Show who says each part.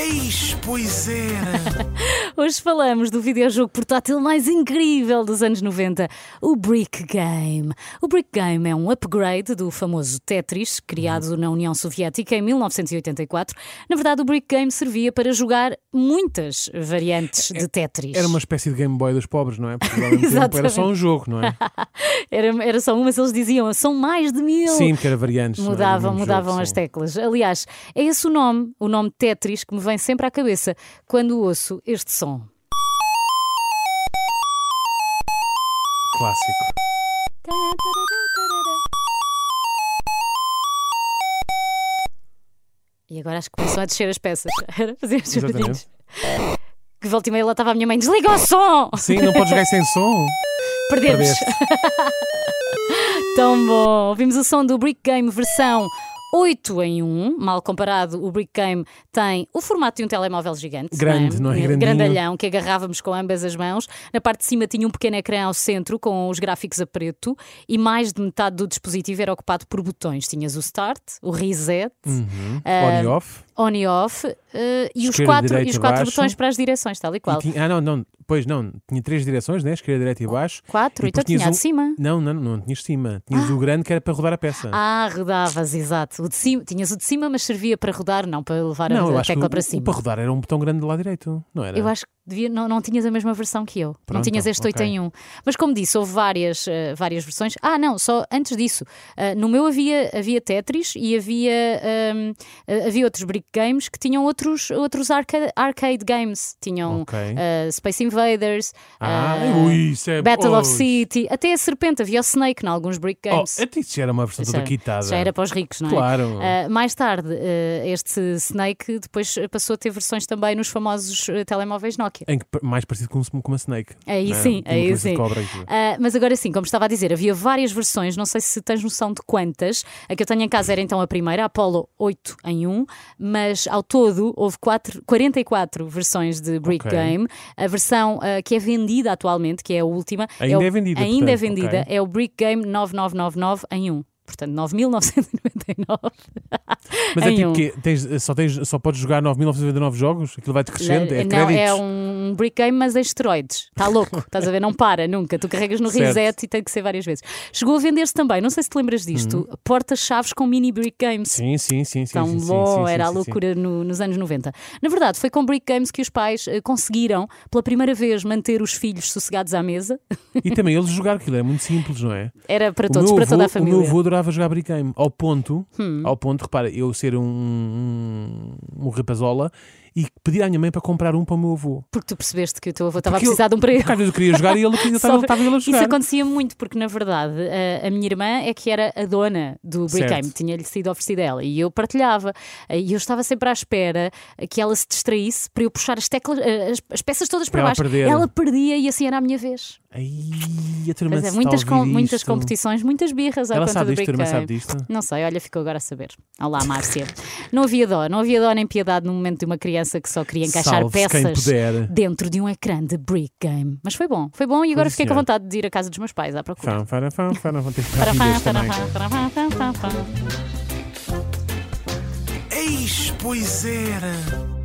Speaker 1: Eis, pois era!
Speaker 2: Hoje falamos do videojogo portátil mais incrível dos anos 90, o Brick Game. O Brick Game é um upgrade do famoso Tetris, criado
Speaker 3: Uhum.
Speaker 2: na União Soviética em 1984. Na verdade, o Brick Game servia para jogar muitas variantes de Tetris.
Speaker 3: É, Era uma espécie de Game Boy dos pobres, não é? Porque ao mesmo tempo era só um jogo, não é?
Speaker 2: Era- era só uma, mas eles diziam, são mais de mil.
Speaker 3: Sim, porque era variantes. não é, do
Speaker 2: Mudavam,
Speaker 3: mesmo
Speaker 2: mudavam
Speaker 3: jogo,
Speaker 2: as
Speaker 3: sim.
Speaker 2: teclas. Aliás, é esse o nome, o nome Tetris, que me vem sempre à cabeça quando ouço este som.
Speaker 3: Clássico.
Speaker 2: E agora acho que começou a descer as peças. Era fazer os barulhinhos.
Speaker 3: Exatamente.
Speaker 2: Que volta e meia lá estava a minha mãe: desliga o som!
Speaker 3: Sim, não podes jogar sem som.
Speaker 2: Perdemos.
Speaker 3: Perdeste.
Speaker 2: Tão bom! Ouvimos o som do Brick Game versão 8 em 1. Mal comparado, o Brick Game tem o formato de um telemóvel gigante.
Speaker 3: Grande, não é? Grandinho.
Speaker 2: Grandalhão, que agarrávamos com ambas as mãos. Na parte de cima tinha um pequeno ecrã ao centro, com os gráficos a preto. E mais de metade do dispositivo era ocupado por botões. Tinhas o Start, o Reset,
Speaker 3: Uhum.
Speaker 2: Eh,
Speaker 3: On e off.
Speaker 2: On e Off, eh, e, os
Speaker 3: Esquerda,
Speaker 2: quatro, e
Speaker 3: direita,
Speaker 2: os quatro
Speaker 3: baixo.
Speaker 2: botões para as direções, tal e
Speaker 3: E
Speaker 2: qual.
Speaker 3: tinha- ah, não, não. Pois não. Tinha três direções, né? Esquerda, direita e baixo.
Speaker 2: Quatro,
Speaker 3: E
Speaker 2: então
Speaker 3: depois tinhas
Speaker 2: tinha a de
Speaker 3: um-
Speaker 2: cima.
Speaker 3: Não, não, não. Tinhas cima. Tinhas o grande que era para rodar a peça.
Speaker 2: Ah, rodavas, exato. O de cima, tinhas o de cima, mas servia para rodar, não para levar a-
Speaker 3: não, eu
Speaker 2: a
Speaker 3: acho que
Speaker 2: tecla
Speaker 3: o,
Speaker 2: para
Speaker 3: o
Speaker 2: cima.
Speaker 3: para rodar era um botão grande do lado direito. Não era?
Speaker 2: Eu acho que devia- não, não tinhas a mesma versão que eu. não
Speaker 3: Pronto,
Speaker 2: tinhas este 8
Speaker 3: ok.
Speaker 2: em 1. Mas como disse, houve várias, eh, várias versões. Ah, não, só antes disso. ah, no meu havia, havia Tetris e havia, ahm, ah, havia outros Brick Games que tinham outros, outros arca- arcade games. Tinham
Speaker 3: Ok.
Speaker 2: ah, Space Invaders,
Speaker 3: Ah,
Speaker 2: ah,
Speaker 3: ui, isso é
Speaker 2: Battle of
Speaker 3: pois.
Speaker 2: City, até a Serpente, havia o Snake em alguns Brick
Speaker 3: Oh,
Speaker 2: Games.
Speaker 3: até isso já era uma versão
Speaker 2: Isso
Speaker 3: toda
Speaker 2: era-
Speaker 3: quitada.
Speaker 2: Já era para os ricos, não é?
Speaker 3: Claro.
Speaker 2: Ah, mais tarde, ah, este Snake depois passou a ter versões também nos famosos ah, telemóveis Nokia.
Speaker 3: Em que pa- mais parecido com, um- com uma Snake.
Speaker 2: Aí
Speaker 3: não é?
Speaker 2: sim,
Speaker 3: Uma
Speaker 2: aí
Speaker 3: coisa de
Speaker 2: sim.
Speaker 3: Cobra, e tudo.
Speaker 2: Ah, mas agora sim, como estava a dizer, havia várias versões, não sei se tens noção de quantas. A que eu tenho em casa era então a primeira, a Apollo 8 em 1, mas ao todo houve quatro- 44 versões de Brick
Speaker 3: Ok.
Speaker 2: Game. A versão ah, que é vendida atualmente, que é a última,
Speaker 3: Ainda
Speaker 2: o-
Speaker 3: é vendida,
Speaker 2: ainda é,
Speaker 3: portanto,
Speaker 2: vendida é o Brick Game 9999 em 1. Portanto, 9.999.
Speaker 3: Mas é
Speaker 2: em
Speaker 3: tipo
Speaker 2: um.
Speaker 3: que tens, só, tens, só podes jogar 9.999 jogos? Aquilo vai-te crescendo? É
Speaker 2: não,
Speaker 3: créditos?
Speaker 2: é um brick game, mas em esteroides. Está louco, estás a ver? Não para nunca. Tu carregas no
Speaker 3: Certo.
Speaker 2: reset e tem que ser várias vezes. Chegou a vender-se também, não sei se te lembras disto, porta-chaves com mini brick games.
Speaker 3: Uhum. Sim, sim, sim. sim
Speaker 2: Tão
Speaker 3: sim, sim,
Speaker 2: bom,
Speaker 3: sim, sim,
Speaker 2: era a
Speaker 3: sim, sim.
Speaker 2: loucura no- nos anos 90. Na verdade, foi com Brick Games que os pais eh, conseguiram, pela primeira vez, manter os filhos sossegados à mesa.
Speaker 3: E também eles jogaram aquilo, é muito simples, não é?
Speaker 2: Era para
Speaker 3: O
Speaker 2: todos,
Speaker 3: meu
Speaker 2: para toda a
Speaker 3: avô- O meu
Speaker 2: família. Hum.
Speaker 3: avô adorava jogar brick game, ao ponto, ao ponto, repara, eu ser um, um, um rapazola e pedir à minha mãe para comprar um para o meu avô.
Speaker 2: Porque tu percebeste que o teu avô estava a
Speaker 3: Porque eu-
Speaker 2: precisar de um para ele.
Speaker 3: Porque às vezes eu queria jogar e ele ele
Speaker 2: Só-
Speaker 3: estava estava ele a
Speaker 2: Isso
Speaker 3: jogar.
Speaker 2: acontecia muito, porque na verdade a, a minha irmã é que era a dona do Brick
Speaker 3: Certo.
Speaker 2: Game, tinha-lhe sido oferecida a ela e eu partilhava. E eu estava sempre à espera que ela se distraísse para eu puxar as teclas, eh, as, as peças todas para
Speaker 3: Para ela
Speaker 2: baixo.
Speaker 3: perder.
Speaker 2: Ela perdia e assim era a minha vez.
Speaker 3: Ai, a tua irmã
Speaker 2: Mas é,
Speaker 3: está a
Speaker 2: muitas,
Speaker 3: ouvir
Speaker 2: com- muitas
Speaker 3: isto.
Speaker 2: competições, muitas birras à
Speaker 3: Ela
Speaker 2: conta
Speaker 3: sabe
Speaker 2: do
Speaker 3: disto, a
Speaker 2: Brick
Speaker 3: tua irmã
Speaker 2: Game.
Speaker 3: sabe disto.
Speaker 2: Não sei, olha, ficou agora a saber. Olá, Márcia. Não havia dó, não havia dó nem piedade no momento de uma criança que só queria encaixar
Speaker 3: Salve-se
Speaker 2: peças
Speaker 3: quem puder.
Speaker 2: dentro de um ecrã de Brick Game. Mas foi bom, foi bom e agora
Speaker 3: Sim,
Speaker 2: fiquei com
Speaker 3: senhora.
Speaker 2: vontade de ir à casa dos meus pais à procura.
Speaker 3: Fã, fã, fã, fã, vão ter que ficar filhas também.
Speaker 2: Parafá,
Speaker 1: Eis, pois era!